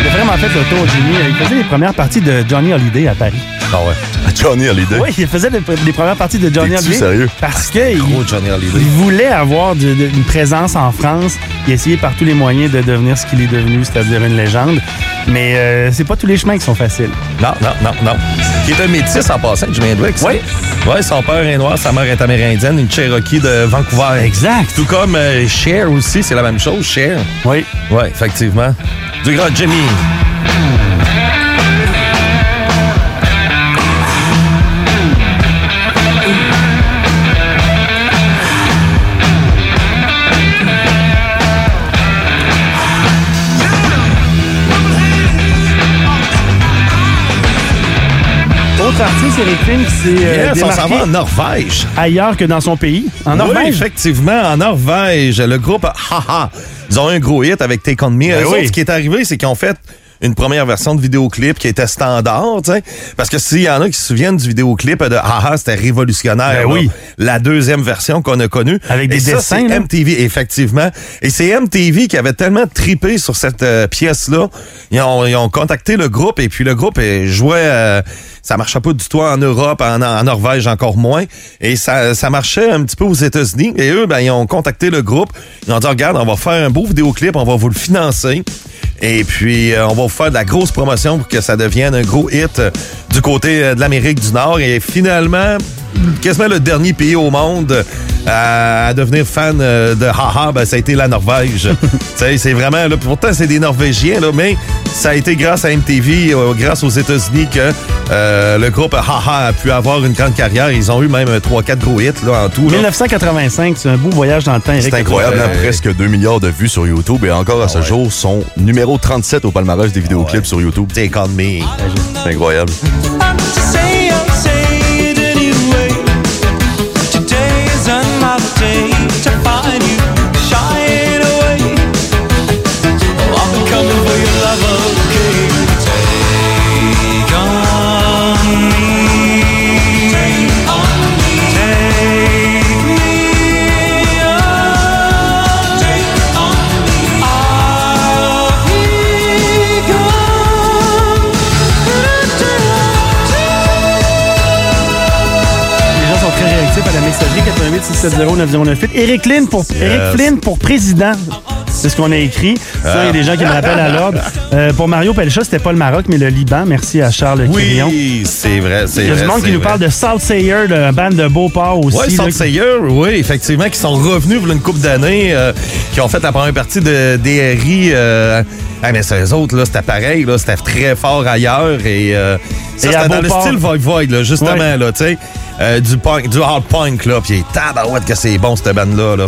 Speaker 2: Il a vraiment fait le tour, Jimmy. Il faisait les premières parties de Johnny Holiday à Paris.
Speaker 3: Ah ouais.
Speaker 4: Johnny Hallyday.
Speaker 2: Oui, il faisait les, les premières parties de Johnny
Speaker 4: T'es-tu
Speaker 2: Hallyday.
Speaker 4: sérieux?
Speaker 2: Parce qu'il
Speaker 3: Gros Johnny Hallyday.
Speaker 2: il voulait avoir de- de- une présence en France. Il a essayé par tous les moyens de devenir ce qu'il est devenu, c'est-à-dire une légende. Mais euh, c'est pas tous les chemins qui sont faciles.
Speaker 3: Non, non, non, non. Qui est un métis en passant, Jimi Hendrix.
Speaker 2: Oui.
Speaker 3: Oui, son père est noir, sa mère est amérindienne, une Cherokee de Vancouver.
Speaker 2: Exact.
Speaker 3: Tout comme euh, Cher aussi, c'est la même chose, Cher.
Speaker 2: Oui.
Speaker 3: Oui, effectivement. Du grand Jimmy.
Speaker 2: Autre artiste, Eric Pink, c'est euh,
Speaker 3: yes, on s'en
Speaker 2: démarqué
Speaker 3: va en Norvège.
Speaker 2: ailleurs que dans son pays, en
Speaker 3: Oui,
Speaker 2: Norvège.
Speaker 3: effectivement, en Norvège, le groupe Haha, ils ont eu un gros hit avec Take On Me. Eux
Speaker 2: Ben oui.
Speaker 3: autres, ce qui est arrivé, c'est qu'ils ont fait une première version de vidéoclip qui était standard, tu sais. Parce que s'il y en a qui se souviennent du vidéoclip de Haha, c'était révolutionnaire.
Speaker 2: Ben oui.
Speaker 3: La deuxième version qu'on a connue.
Speaker 2: Avec des
Speaker 3: Et ça,
Speaker 2: dessins,
Speaker 3: c'est
Speaker 2: là.
Speaker 3: MTV, effectivement. Et c'est MTV qui avait tellement tripé sur cette euh, pièce-là. Ils ont, ils ont contacté le groupe et puis le groupe euh, jouait... euh, ça marchait pas du tout en Europe, en, en Norvège encore moins. Et ça, ça marchait un petit peu aux États-Unis. Et eux, ben, ils ont contacté le groupe. Ils ont dit, regarde, on va faire un beau vidéoclip, on va vous le financer. Et puis, euh, on va vous faire de la grosse promotion pour que ça devienne un gros hit euh, du côté euh, de l'Amérique du Nord. Et finalement, quasiment le dernier pays au monde à, à devenir fan euh, de haha, ben, ça a été la Norvège. Tu sais, c'est vraiment, là, pourtant, c'est des Norvégiens, là, mais ça a été grâce à MTV, euh, grâce aux États-Unis que euh, le groupe haha a pu avoir une grande carrière. Ils ont eu même 3-4 gros hits là, en tout. là.
Speaker 2: 1985, c'est un beau voyage dans le temps, Eric.
Speaker 3: C'est Ah
Speaker 4: Incroyable, hein?
Speaker 3: Ouais.
Speaker 4: presque 2 milliards de vues sur YouTube et encore à ce jour, son numéro 37 au palmarès des vidéoclips sur YouTube.
Speaker 3: Take on me.
Speaker 4: C'est incroyable.
Speaker 5: Oh,
Speaker 2: Les gens sont très réactifs à la messagerie 88 670 908. Eric Flynn pour, Eric Flynn pour président. C'est ce qu'on a écrit. Ça, il y a des gens qui
Speaker 3: Ah.
Speaker 2: me rappellent à l'ordre. Euh, pour Mario Pelcha, c'était pas le Maroc, mais le Liban. Merci à Charles Quirion.
Speaker 3: Oui, c'est vrai, c'est
Speaker 2: Il y a
Speaker 3: vrai.
Speaker 2: du monde qui
Speaker 3: c'est
Speaker 2: nous
Speaker 3: vrai.
Speaker 2: parle de South Sayer, de band de Beauport aussi.
Speaker 3: Oui,
Speaker 2: là,
Speaker 3: Salt
Speaker 2: qui-
Speaker 3: Seigneur, oui, effectivement, qui sont revenus pour une coupe d'années, euh, qui ont fait la première partie de DRI. Euh, ah, mais c'est eux autres, là, c'était pareil, là, c'était très fort ailleurs. Et, euh, ça,
Speaker 2: Et à
Speaker 3: c'était dans le
Speaker 2: Beauport.
Speaker 3: style Void Void, là, justement,
Speaker 2: Ouais.
Speaker 3: là, tu sais, euh, du, punk, du hard punk, là, puis tabarouette que c'est bon, cette bande-là, là.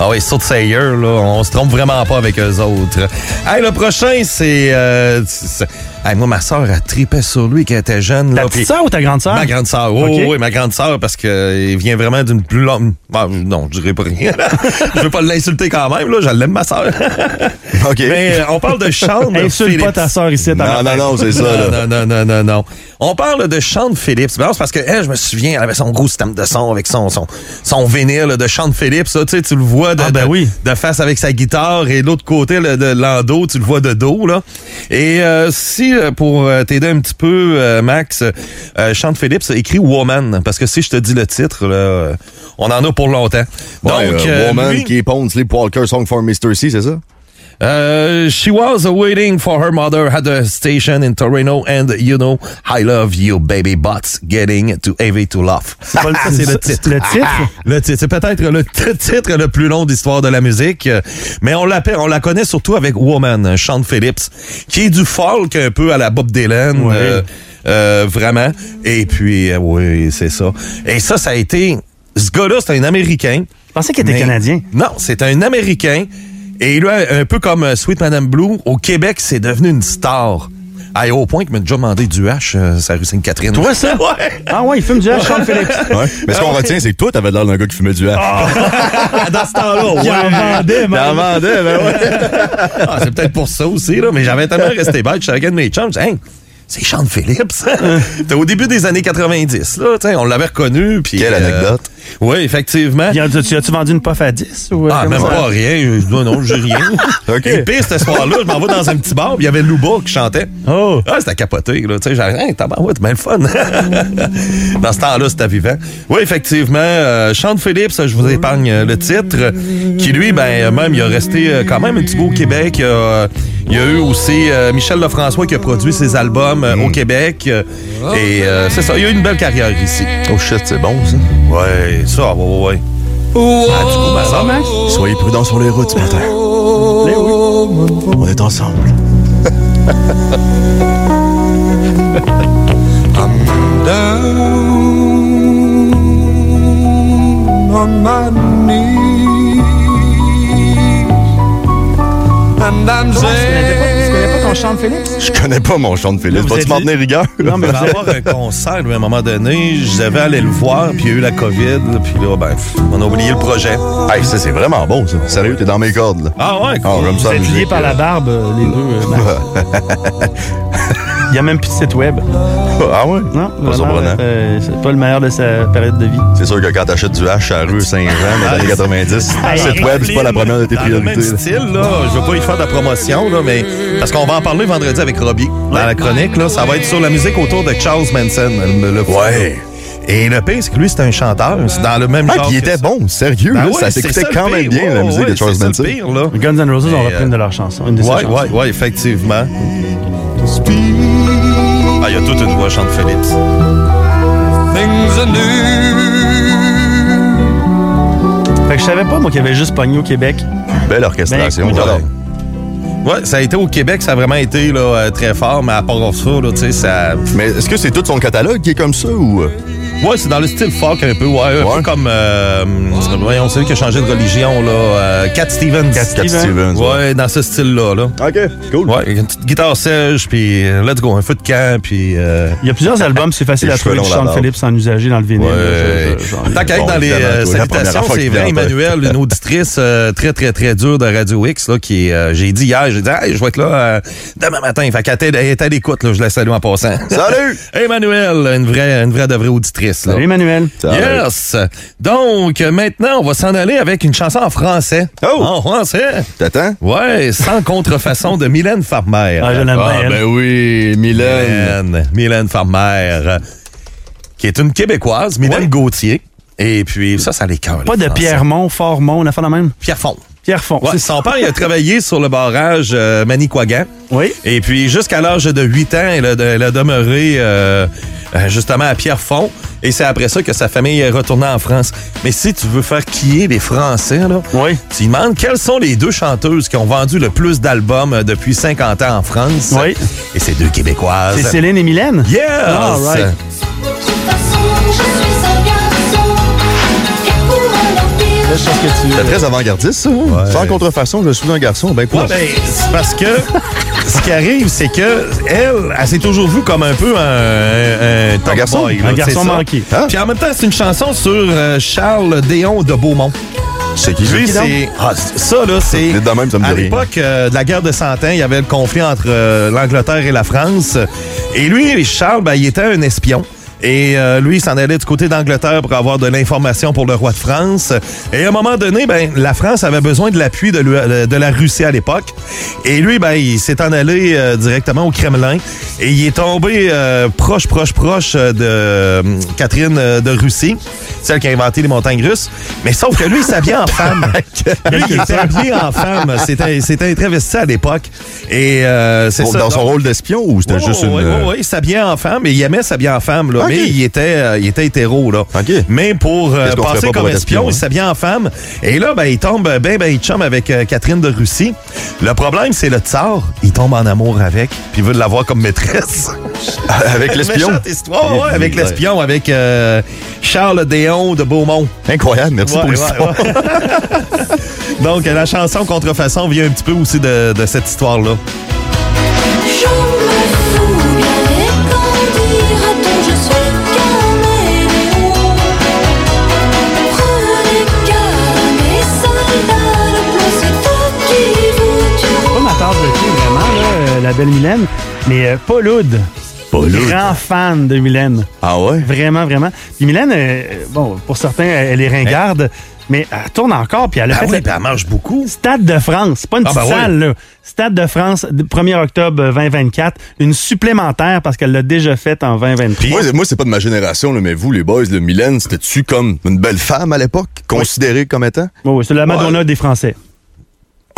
Speaker 3: Ah oui, Salt Seigneur, là, on se trompe vraiment pas avec eux autres. Hey, le prochain, c'est... euh, c'est- hey, moi, ma soeur, elle tripait sur lui quand elle était jeune.
Speaker 2: Ta
Speaker 3: là, puis-
Speaker 2: petite sœur ou ta grande sœur?
Speaker 3: Ma grande sœur, oui,
Speaker 2: Ok.
Speaker 3: oui, ma grande sœur, parce qu'elle vient vraiment d'une plus longue... Ah, non, je dirais pas rien. je veux pas l'insulter quand même, là, je l'aime, ma sœur.
Speaker 4: OK.
Speaker 3: Mais euh, on parle de Sean
Speaker 2: Insulte pas
Speaker 3: Phillips.
Speaker 2: ta sœur ici. ta
Speaker 4: Non,
Speaker 2: mère.
Speaker 4: non, non, c'est ça, là.
Speaker 3: Non, non, non, non, non. On parle de Sean Phillips. Ben, c'est parce que, elle, je me souviens, elle avait son gros système de son avec son, son, son vinyle de Sean Phillips. là. tu sais, tu le vois de,
Speaker 2: Ah, ben
Speaker 3: de-
Speaker 2: oui.
Speaker 3: de face avec sa guitare et de l'autre côté, le, de l'endo, tu le vois de dos, là. Et euh, si, euh, pour euh, t'aider un petit peu, euh, Max, euh, Sean Phillips a écrit Woman, parce que si je te dis le titre, là, euh, on en a pour longtemps.
Speaker 4: Ouais,
Speaker 3: Donc,
Speaker 4: euh,
Speaker 3: euh,
Speaker 4: Woman,
Speaker 3: lui-
Speaker 4: Key Pond, Sleep Walker, Song for Mr. C, c'est ça?
Speaker 3: Uh, she was waiting for her mother at the station in Torino, and you know, I love you, baby, but getting too heavy to love.
Speaker 2: C'est pas le-
Speaker 3: Ah,
Speaker 2: c'est- le titre?
Speaker 3: Le titre, c'est peut-être le t- titre le plus long d'histoire de la musique, euh, mais on l'appelle, on la connaît surtout avec Woman, Sean Phillips, qui est du folk un peu à la Bob Dylan.
Speaker 2: Ouais.
Speaker 3: euh, Euh, vraiment. Et puis, euh, oui, c'est ça. Et ça, ça a été... Ce gars-là, c'est un Américain.
Speaker 2: Je pensais qu'il était
Speaker 3: Mais-
Speaker 2: Canadien.
Speaker 3: Non, c'est un Américain. Et là, un peu comme euh, Sweet Madame Blue, au Québec, c'est devenu une star. Ah, et au point qu'il m'a déjà demandé du H, euh, sa rue Sainte-Catherine. Toi, ça? Ouais!
Speaker 2: Ah ouais, il fume du H, Charles Philippe.
Speaker 4: Ouais. Mais ce qu'on retient, c'est que toi, t'avais l'air d'un gars qui fumait du hache.
Speaker 3: Dans ce temps-là,
Speaker 2: Il en vendait, man.
Speaker 4: T'en vendais, ben ouais.
Speaker 3: Ah, c'est peut-être pour ça aussi, là, mais j'avais tellement resté bête, je savais qu'un de mes chums, je disais, hey, c'est Sean Phillips. C'était au début des années 90, là, tu sais, on l'avait reconnu. puis euh,
Speaker 4: Quelle anecdote.
Speaker 3: oui, effectivement.
Speaker 2: Il a- tu as-tu vendu une puff à 10? Ou, euh,
Speaker 3: Ah,
Speaker 2: comment
Speaker 3: même
Speaker 2: ça?
Speaker 3: pas rien. Je- Non, non, j'ai rien.
Speaker 4: OK.
Speaker 3: Et pire, ce soir-là, je m'en vais dans un petit bar, puis il y avait Louba qui chantait.
Speaker 2: Oh.
Speaker 3: Ah, c'était capoté, là. Tu sais, j'arrive, hey, tabarouette, c'est bien le fun. dans ce temps-là, c'était vivant. Oui, effectivement, euh, Sean Phillips, je vous épargne euh, le titre, euh, qui lui, ben, euh, même, il a resté euh, quand même un petit bout au Québec. Euh, il y a eu aussi euh, Michel Lefrançois qui a produit ses albums euh, au Québec. euh, et euh, c'est ça, il a eu une belle carrière ici.
Speaker 4: Oh shit, c'est bon, ça.
Speaker 3: Ouais, ça, ouais, ouais. ouais. Ah, du coup, ma soeur, hein?
Speaker 4: Soyez prudents sur les routes ce matin. On est ensemble.
Speaker 7: down on my knees, and I'm
Speaker 2: Tu connais
Speaker 7: saying.
Speaker 2: pas- tu connais pas ton Charles Philippe?
Speaker 4: Je connais pas mon chant de Philippe.
Speaker 2: vous
Speaker 4: Vas-tu
Speaker 2: êtes
Speaker 4: m'en
Speaker 2: dit-
Speaker 4: tenir rigueur?
Speaker 2: Non, mais
Speaker 3: Il
Speaker 2: vous
Speaker 3: va
Speaker 2: êtes-
Speaker 3: avoir un concert, lui, à un moment donné. Je devais aller le voir, puis il y a eu la COVID, puis là, ben, pff, on a oublié le projet.
Speaker 4: Hey, ça, c'est vraiment bon, ça. Sérieux, t'es dans mes cordes, là.
Speaker 3: Ah ouais?
Speaker 4: Ah, j'aime ça.
Speaker 2: vous êtes
Speaker 4: musique,
Speaker 2: liés par la
Speaker 4: là.
Speaker 2: barbe, euh, les deux. euh, Max. Il n'y a même plus de site web.
Speaker 4: Ah ouais?
Speaker 2: Non,
Speaker 4: Pas surprenant.
Speaker 2: vraiment, euh, c'est pas le meilleur de sa période de vie.
Speaker 4: C'est sûr que quand t'achètes du hache à la rue Saint-Jean
Speaker 3: Ah,
Speaker 4: dans les années 90,
Speaker 2: Hey,
Speaker 4: cette web, c'est pas la première de tes
Speaker 3: Dans le même
Speaker 4: priorités. là.
Speaker 3: style, là, je veux pas y faire de la promotion, là, mais parce qu'on va en parler vendredi avec Robbie dans la chronique, là, ça va être sur la musique autour de Charles Manson. le- le-
Speaker 4: Ouais.
Speaker 3: Et le pire, c'est que lui, c'est un chanteur, c'est dans le même
Speaker 4: Ah,
Speaker 3: genre.
Speaker 4: puis il
Speaker 3: que
Speaker 4: était
Speaker 3: ça.
Speaker 4: bon, sérieux.
Speaker 3: Ben
Speaker 4: là,
Speaker 3: ouais,
Speaker 4: ça
Speaker 3: c'est
Speaker 4: s'écoutait
Speaker 3: le
Speaker 4: quand même
Speaker 3: pire.
Speaker 4: bien,
Speaker 3: Ouais,
Speaker 4: la musique
Speaker 3: ouais,
Speaker 4: de Charles
Speaker 3: c'est ça le
Speaker 4: Manson.
Speaker 3: pire, là.
Speaker 2: Guns N' Roses ont
Speaker 3: Mais,
Speaker 2: repris une de leurs chansons. Une de ses
Speaker 3: Ouais,
Speaker 2: chansons.
Speaker 3: ouais, ouais, effectivement. Ah, il y a toute une voix chante Phillips.
Speaker 7: Things are new.
Speaker 2: Fait que je savais pas, moi, qu'il y avait juste pogné au Québec.
Speaker 4: Belle orchestration.
Speaker 2: Ben, écoute,
Speaker 4: voilà.
Speaker 3: Ouais, ça a été au Québec, ça a vraiment été là, euh, très fort, mais à part ça, là, tu sais, ça.
Speaker 4: Mais est-ce que c'est tout son catalogue qui est comme ça ou. euh,
Speaker 3: Ouais, c'est dans le style folk un peu, ouais, un
Speaker 4: Ouais.
Speaker 3: peu comme. Euh, voyons, celui qui a changé de religion, là. euh, Cat Stevens.
Speaker 2: Cat Steven.
Speaker 4: Cat Stevens.
Speaker 3: Ouais, dans ce style-là, là.
Speaker 4: OK, cool.
Speaker 3: Ouais, une petite guitare sèche, puis euh, let's go, un feu de camp, puis. euh,
Speaker 2: Il y a plusieurs albums, c'est facile
Speaker 4: Les
Speaker 2: à
Speaker 4: cheveux
Speaker 2: trouver du
Speaker 4: longs, la
Speaker 2: Sean
Speaker 4: barbe.
Speaker 2: Phillips en usagé dans le vinyle.
Speaker 3: Ouais.
Speaker 2: Je- je- j'en ai.
Speaker 3: Tant qu'à être
Speaker 4: bon,
Speaker 3: dans les
Speaker 4: évidemment,
Speaker 3: euh,
Speaker 4: toi, la première
Speaker 3: salutations,
Speaker 4: fois
Speaker 3: c'est
Speaker 4: qu'il
Speaker 3: vrai,
Speaker 4: vient, toi.
Speaker 3: Emmanuel, une auditrice euh, très, très, très dure de Radio X, là, qui, euh, j'ai dit hier, j'ai dit, Hey, je vais être là euh, demain matin. Fait qu'elle était- elle était à l'écoute, là, je la salue en passant.
Speaker 4: Salut!
Speaker 3: Emmanuel, une vraie, une vraie de vraie auditrice, là.
Speaker 2: Salut, Emmanuel.
Speaker 3: Yes! Donc, euh, maintenant, on va s'en aller avec une chanson en français.
Speaker 4: Oh!
Speaker 3: En français?
Speaker 4: T'attends?
Speaker 3: Ouais, sans contrefaçon de Mylène Farmer.
Speaker 2: Ah, je l'aime bien, elle.
Speaker 4: ben oui, Mylène.
Speaker 3: Mylène, Mylène Farmer, euh, qui est une Québécoise, Mylène Gauthier. Et puis, ça, ça l'écœure.
Speaker 2: Pas
Speaker 3: les
Speaker 2: de
Speaker 3: Français.
Speaker 2: Pierremont, Fortmont, la fin de même.
Speaker 3: Pierre Fond.
Speaker 2: Pierrefonds.
Speaker 3: Ouais,
Speaker 2: c'est ça.
Speaker 3: son père, il a travaillé sur le barrage euh, Manicouagan.
Speaker 2: Oui.
Speaker 3: Et puis, jusqu'à l'âge de 8 ans, elle a, elle a demeuré euh, euh, justement à Pierrefonds. Et c'est après ça que sa famille est retournée en France. Mais si tu veux faire quiller les Français, là,
Speaker 2: Oui.
Speaker 3: tu demandes quelles sont les deux chanteuses qui ont vendu le plus d'albums euh, depuis 50 ans en France.
Speaker 2: Oui.
Speaker 3: Et c'est deux Québécoises.
Speaker 2: C'est Céline et Mylène.
Speaker 3: Yes!
Speaker 2: All right. Là, je pense que tu-
Speaker 4: T'es très avant-gardiste, ça. hein? Sans contrefaçon, je suis un garçon. Ben, quoi?
Speaker 3: Ouais, ben, c'est parce que ce qui arrive, c'est que elle, elle s'est toujours vue comme un peu un, un, top
Speaker 4: garçon,
Speaker 3: boy,
Speaker 2: un
Speaker 3: là,
Speaker 2: garçon
Speaker 3: c'est ça.
Speaker 2: manqué.
Speaker 4: Hein?
Speaker 3: Puis en même temps, c'est une chanson sur euh, Charles Déon de Beaumont.
Speaker 4: c'est qui,
Speaker 3: Lui,
Speaker 4: qui, donc?
Speaker 3: c'est. Ah, c- ça, là, c'est.
Speaker 4: Vite de même, ça me dit
Speaker 3: À
Speaker 4: rien.
Speaker 3: l'époque euh, de la guerre de Cent Ans, il y avait le conflit entre euh, l'Angleterre et la France. Et lui, Charles, ben, il était un espion. Et euh, lui, il s'en allait du côté d'Angleterre pour avoir de l'information pour le roi de France. Et à un moment donné, ben, la France avait besoin de l'appui de, l'U- euh, de la Russie à l'époque. Et lui, ben, il s'est en allé euh, directement au Kremlin. Et il est tombé euh, proche, proche, proche euh, de euh, Catherine euh, de Russie, celle qui a inventé les montagnes russes. Mais sauf que lui, il s'habillait en femme. Lui, il était habillé en femme. C'était, c'était un travesti à l'époque. Et euh, c'est
Speaker 4: Pour-
Speaker 3: ça.
Speaker 4: Dans son
Speaker 3: Donc-
Speaker 4: rôle d'espion ou c'était
Speaker 3: Ouais,
Speaker 4: juste
Speaker 3: ouais,
Speaker 4: une. euh,
Speaker 3: ouais, ouais, il s'habillait en femme et il aimait s'habiller en femme. Là.
Speaker 2: ok.
Speaker 3: mais il était, euh, il était hétéro, là.
Speaker 4: Ok.
Speaker 3: Mais pour euh,
Speaker 4: Qu'est-ce qu'on ferait
Speaker 3: passer
Speaker 4: pas pour
Speaker 3: comme
Speaker 4: être espion,
Speaker 3: espion, il
Speaker 4: hein?
Speaker 3: s'habillait en femme. Et là, ben, il tombe ben, ben, il chum avec euh, Catherine de Russie. Le problème, c'est le tsar. Il tombe en amour avec, puis il veut l'avoir comme maîtresse.
Speaker 4: euh, Avec l'espion.
Speaker 3: Méchante histoire, ouais, avec
Speaker 4: Ouais.
Speaker 3: l'espion, avec euh, Charles Déon de Beaumont.
Speaker 4: Incroyable, merci
Speaker 3: Ouais,
Speaker 4: pour
Speaker 3: ouais,
Speaker 4: l'histoire.
Speaker 3: ouais. Donc, la chanson Contrefaçon vient un petit peu aussi de, de cette histoire-là.
Speaker 8: Je me souviens et quand dira-t-on je suis caméléon Prenez garde mes soldats, le plomb c'est eux qui vous tueront
Speaker 2: Pas ma tasse de thé, vraiment, là, euh, la belle Mylène. Mais euh, Paul Oud,
Speaker 4: Paul Oud.
Speaker 2: grand fan de Mylène.
Speaker 4: Ah ouais?
Speaker 2: Vraiment, vraiment. Puis Mylène, euh, bon, pour certains, elle est ringarde, mais elle tourne encore, puis elle a
Speaker 3: Ah
Speaker 4: Ben
Speaker 2: fait
Speaker 3: oui,
Speaker 2: la-
Speaker 3: puis elle marche beaucoup.
Speaker 2: Stade de France, c'est pas une
Speaker 3: Ah,
Speaker 2: petite
Speaker 3: ben oui.
Speaker 2: salle, là. Stade de France, 1er octobre 2024, une supplémentaire parce qu'elle l'a déjà faite en 2023.
Speaker 4: Moi, c'est- moi, c'est pas de ma génération, là, mais vous, les boys, le Mylène, c'était-tu comme une belle femme à l'époque, considérée comme étant?
Speaker 2: Oui, oui, c'est la Madonna des Français.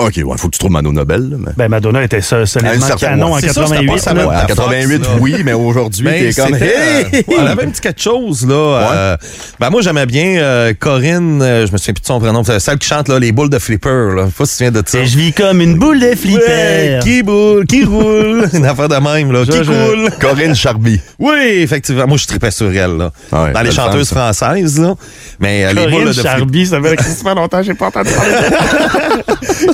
Speaker 4: OK, ouais, faut que tu trouves Manon Nobel. là, mais...
Speaker 2: Ben, Madonna était sol-
Speaker 4: À une
Speaker 2: solidement
Speaker 4: certaine-
Speaker 2: canon
Speaker 4: ouais,
Speaker 2: en
Speaker 3: c'est sûr, c'était pas
Speaker 2: 88. là.
Speaker 3: sa mode.
Speaker 4: Ouais, en
Speaker 3: la
Speaker 4: 88,
Speaker 3: Fox, là.
Speaker 4: oui, mais aujourd'hui,
Speaker 3: Mais
Speaker 4: t'es comme...
Speaker 3: c'était, euh,
Speaker 4: Hey!
Speaker 3: ouais, elle avait un petit quelque chose, là. Euh, ben moi, j'aimais bien euh, Corinne, euh, je me souviens plus de son prénom, c'est celle qui chante là, les boules de flipper. Là. Je sais pas si tu te souviens de ça.
Speaker 2: Et je vis comme une boule de
Speaker 3: Ouais,
Speaker 2: flipper.
Speaker 3: qui boule, qui roule. Une affaire de même, là. qui
Speaker 2: je-
Speaker 3: coule.
Speaker 4: Corinne Charby.
Speaker 3: Oui, effectivement. Moi, je tripais sur elle, là.
Speaker 4: Ah ouais,
Speaker 3: Dans les
Speaker 4: belle
Speaker 3: chanteuses françaises, là. Mais euh, les boules
Speaker 2: Corinne
Speaker 3: de flipper.
Speaker 2: Charby, ça fait super longtemps, j'ai pas entendu parler.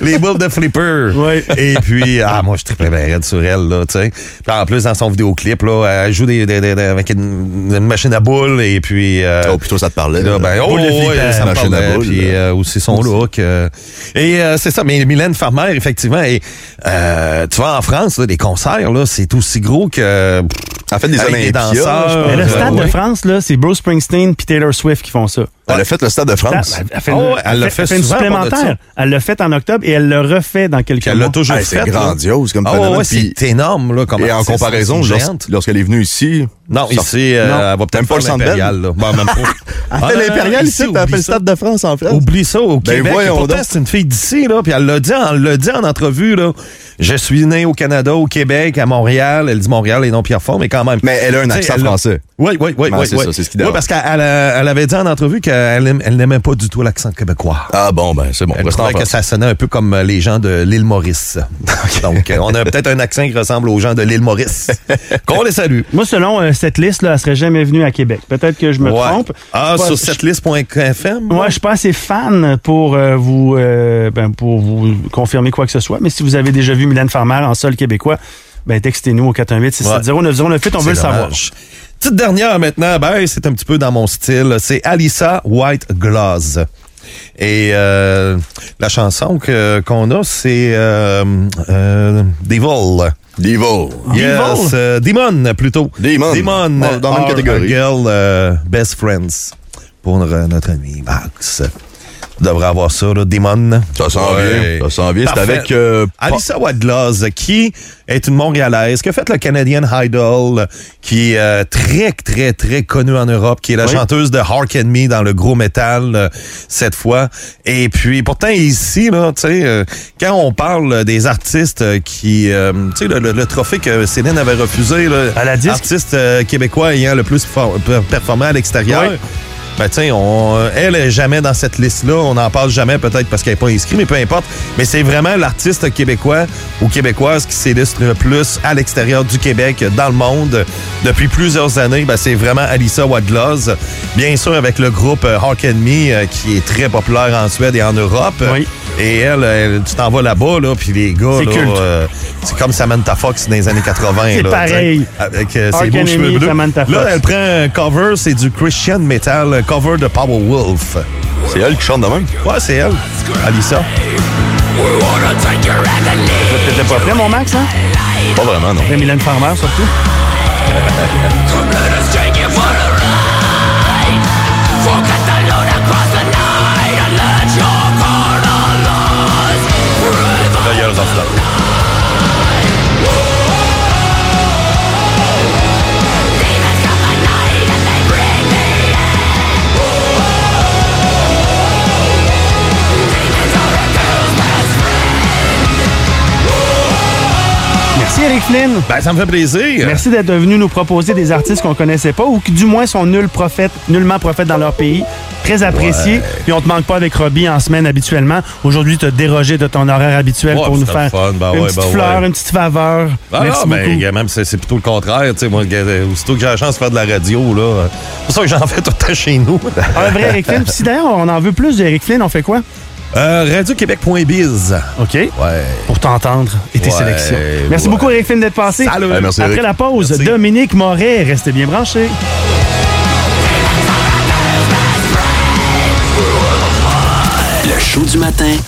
Speaker 3: les boules de flipper.
Speaker 2: Ouais.
Speaker 3: Et puis, ah, moi, je triplais bien raide sur elle, là, tu sais. Puis en plus, dans son vidéoclip, là, elle joue des, des- des- des- avec une, une machine à boules et puis... euh,
Speaker 4: Oh, plutôt, ça te parlait.
Speaker 3: Là, ben, oh,
Speaker 4: Boule de
Speaker 3: ouais,
Speaker 4: flipper,
Speaker 3: ça me
Speaker 4: machine à
Speaker 3: parlait,
Speaker 4: boules,
Speaker 3: puis
Speaker 4: là.
Speaker 3: euh, aussi son look. euh. et euh, c'est ça, mais Mylène Farmer, effectivement, et, euh, tu vois, en France, là, les concerts, là, c'est aussi gros que...
Speaker 4: Elle fait des
Speaker 3: avec
Speaker 4: Olympias,
Speaker 3: danseurs,
Speaker 4: je pense.
Speaker 2: Mais le
Speaker 3: euh,
Speaker 2: Stade de
Speaker 3: ouais.
Speaker 2: France, là, c'est Bruce Springsteen puis Taylor Swift qui font ça.
Speaker 4: Elle a fait le Stade de France.
Speaker 2: Elle, elle fait,
Speaker 3: Ah
Speaker 2: une-
Speaker 3: ouais, elle l'a fait
Speaker 2: une
Speaker 3: souvent, parle de ça.
Speaker 2: supplémentaire. Elle l'a fait en octobre et elle le refait dans quelques
Speaker 3: Puis elle l'a
Speaker 2: mois.
Speaker 3: toujours
Speaker 4: Hey,
Speaker 3: fait.
Speaker 4: c'est
Speaker 3: là.
Speaker 4: grandiose comme
Speaker 3: Ah ouais,
Speaker 4: phénomène,
Speaker 3: ouais,
Speaker 4: puis-
Speaker 3: ben, c'est énorme, là, comme
Speaker 4: Et en
Speaker 3: artiste,
Speaker 4: comparaison,
Speaker 3: c'est une
Speaker 4: lors-
Speaker 3: géante.
Speaker 4: lorsqu'elle est venue ici...
Speaker 3: Non,
Speaker 4: ça-
Speaker 3: ici, euh,
Speaker 4: Non.
Speaker 3: elle va
Speaker 4: Même
Speaker 3: peut-être
Speaker 4: pas
Speaker 3: faire
Speaker 4: le Centre
Speaker 3: l'impérial. là. Bon, même pas.
Speaker 4: Elle
Speaker 3: Ah,
Speaker 4: fait
Speaker 3: non, non,
Speaker 4: l'impérial ici,
Speaker 3: oublie
Speaker 4: t'as fait le
Speaker 3: ça.
Speaker 4: Stade de France en France.
Speaker 3: Oublie ça au
Speaker 4: Ben
Speaker 3: Québec. et
Speaker 4: voyons
Speaker 3: pourtant,
Speaker 4: donc.
Speaker 3: c'est une fille d'ici, là. Puis elle l'a dit, en- elle l'a dit en entrevue, là. Je suis né au Canada, au Québec, à Montréal. Elle dit Montréal et non Pierrefonds, mais quand même.
Speaker 4: Mais elle a un
Speaker 3: Tu sais,
Speaker 4: accent
Speaker 3: elle l'a-
Speaker 4: français.
Speaker 3: Oui, oui, oui.
Speaker 4: Ben,
Speaker 3: oui,
Speaker 4: c'est
Speaker 3: oui.
Speaker 4: ça, c'est ce
Speaker 3: Oui,
Speaker 4: qui dérange.
Speaker 3: parce qu'elle elle, elle avait dit en entrevue qu'elle aime- elle n'aimait pas du tout l'accent québécois.
Speaker 4: Ah bon, ben c'est bon,
Speaker 3: Elle
Speaker 4: reste en
Speaker 3: trouvait que
Speaker 4: France.
Speaker 3: ça sonnait un peu comme euh, les gens de l'île Maurice. Donc, euh, on a peut-être un accent qui ressemble aux gens de l'île Maurice. Qu'on les salue.
Speaker 2: Moi, selon euh, cette liste, là, elle serait jamais venue à Québec. Peut-être que je me
Speaker 3: Ouais.
Speaker 2: trompe.
Speaker 3: Ah,
Speaker 2: Je suis pas-
Speaker 3: sur cette liste.fm?
Speaker 2: Moi, je suis pas assez fan pour euh, vous euh, ben, pour vous confirmer quoi que ce soit, mais si vous avez déjà vu Mylène Farmer en sol québécois, ben textez-nous au 418 670 9098 on veut le savoir.
Speaker 3: Petite dernière maintenant, ben, c'est un petit peu dans mon style. C'est Alissa White Glass. Et euh, la chanson que- qu'on a, c'est euh, euh, Devil.
Speaker 4: Devil.
Speaker 3: Yes,
Speaker 2: Devil?
Speaker 3: euh, Demon plutôt.
Speaker 4: Demon.
Speaker 3: Demon.
Speaker 4: Dans- dans la même
Speaker 3: Our
Speaker 4: catégorie.
Speaker 3: Girl euh, Best Friends pour euh, notre ami Max. Tu devrais avoir ça, là, Demon.
Speaker 4: Ça s'en
Speaker 3: Ouais.
Speaker 4: vient, ça s'en vient. C'est
Speaker 3: Parfait.
Speaker 4: avec... euh, Pa-
Speaker 3: Alissa Wadglass, qui est une Montréalaise, qui a fait le Canadian Idol, qui est euh, très, très, très connue en Europe, qui est la
Speaker 2: Oui.
Speaker 3: chanteuse de Hark and Me dans le gros métal, euh, cette fois. Et puis, pourtant, ici, là, tu sais, euh, quand on parle des artistes euh, qui... euh, tu sais, le, le- le trophée que Céline avait refusé, là,
Speaker 2: À la disque.
Speaker 3: artiste euh, québécois ayant le plus for- per- performé à l'extérieur...
Speaker 2: Oui.
Speaker 3: Ben, tu sais, on- elle est jamais dans cette liste-là. On n'en parle jamais, peut-être parce qu'elle n'est pas inscrite, mais peu importe. Mais c'est vraiment l'artiste québécois ou québécoise qui s'illustre le plus à l'extérieur du Québec, dans le monde. Depuis plusieurs années, ben, c'est vraiment Alissa Wadloz. Bien sûr, avec le groupe euh, Hawk and Me, euh, qui est très populaire en Suède et en Europe.
Speaker 2: Oui.
Speaker 3: Et elle, elle, tu t'en vas là-bas, là, puis les gars,
Speaker 2: C'est
Speaker 3: là,
Speaker 2: culte.
Speaker 3: euh, c'est comme Samantha Fox dans les années 80.
Speaker 2: C'est
Speaker 3: là,
Speaker 2: pareil.
Speaker 3: tu sais, Avec euh,
Speaker 2: Hawk
Speaker 3: ses beaux
Speaker 2: and
Speaker 3: cheveux
Speaker 2: Me,
Speaker 3: bleus.
Speaker 2: Samantha
Speaker 3: Là,
Speaker 2: Fox.
Speaker 3: elle prend un cover, c'est du Christian Metal, un cover de Powerwolf.
Speaker 4: C'est elle qui chante de même.
Speaker 3: Ouais, c'est elle, Alissa.
Speaker 2: T'étais pas prêt, mon Max, hein?
Speaker 4: Pas vraiment, non.
Speaker 2: Après Mylène Farmer, surtout.
Speaker 3: Là, il y a leurs enfants.
Speaker 2: Merci, Eric Flynn.
Speaker 3: Ben, ça me fait plaisir.
Speaker 2: Merci d'être venu nous proposer des artistes qu'on connaissait pas ou qui du moins sont nuls prophètes, nullement prophètes dans leur pays. Très apprécié. Puis on te manque pas avec Robbie en semaine habituellement. Aujourd'hui, tu as dérogé de ton horaire habituel
Speaker 3: Ouais,
Speaker 2: pour
Speaker 3: puis
Speaker 2: nous
Speaker 3: c'était le
Speaker 2: faire
Speaker 3: fun. Ben
Speaker 2: une
Speaker 3: ouais,
Speaker 2: petite
Speaker 3: ben
Speaker 2: fleur,
Speaker 3: ouais.
Speaker 2: une petite faveur.
Speaker 3: Ah
Speaker 2: Merci
Speaker 3: non, ben,
Speaker 2: beaucoup.
Speaker 3: gars, même c'est c'est plutôt le contraire. tu sais, Moi, gars, euh, aussitôt que j'ai la chance de faire de la radio, là, c'est pour ça que j'en fais tout le temps chez nous.
Speaker 2: Un Ah, vrai Eric Flynn. Puis si d'ailleurs on en veut plus d'Eric Flynn, on fait quoi?
Speaker 3: Euh, RadioQuébec.biz.
Speaker 2: OK.
Speaker 3: Ouais.
Speaker 2: Pour t'entendre et tes
Speaker 3: Ouais,
Speaker 2: sélections. Merci
Speaker 3: ouais.
Speaker 2: beaucoup Eric Flynn d'être passé.
Speaker 3: Salut.
Speaker 4: Ouais, merci,
Speaker 2: Après
Speaker 4: Eric.
Speaker 2: la pause,
Speaker 3: Merci.
Speaker 2: Dominique Moret, restez bien branchés.
Speaker 6: Le show du matin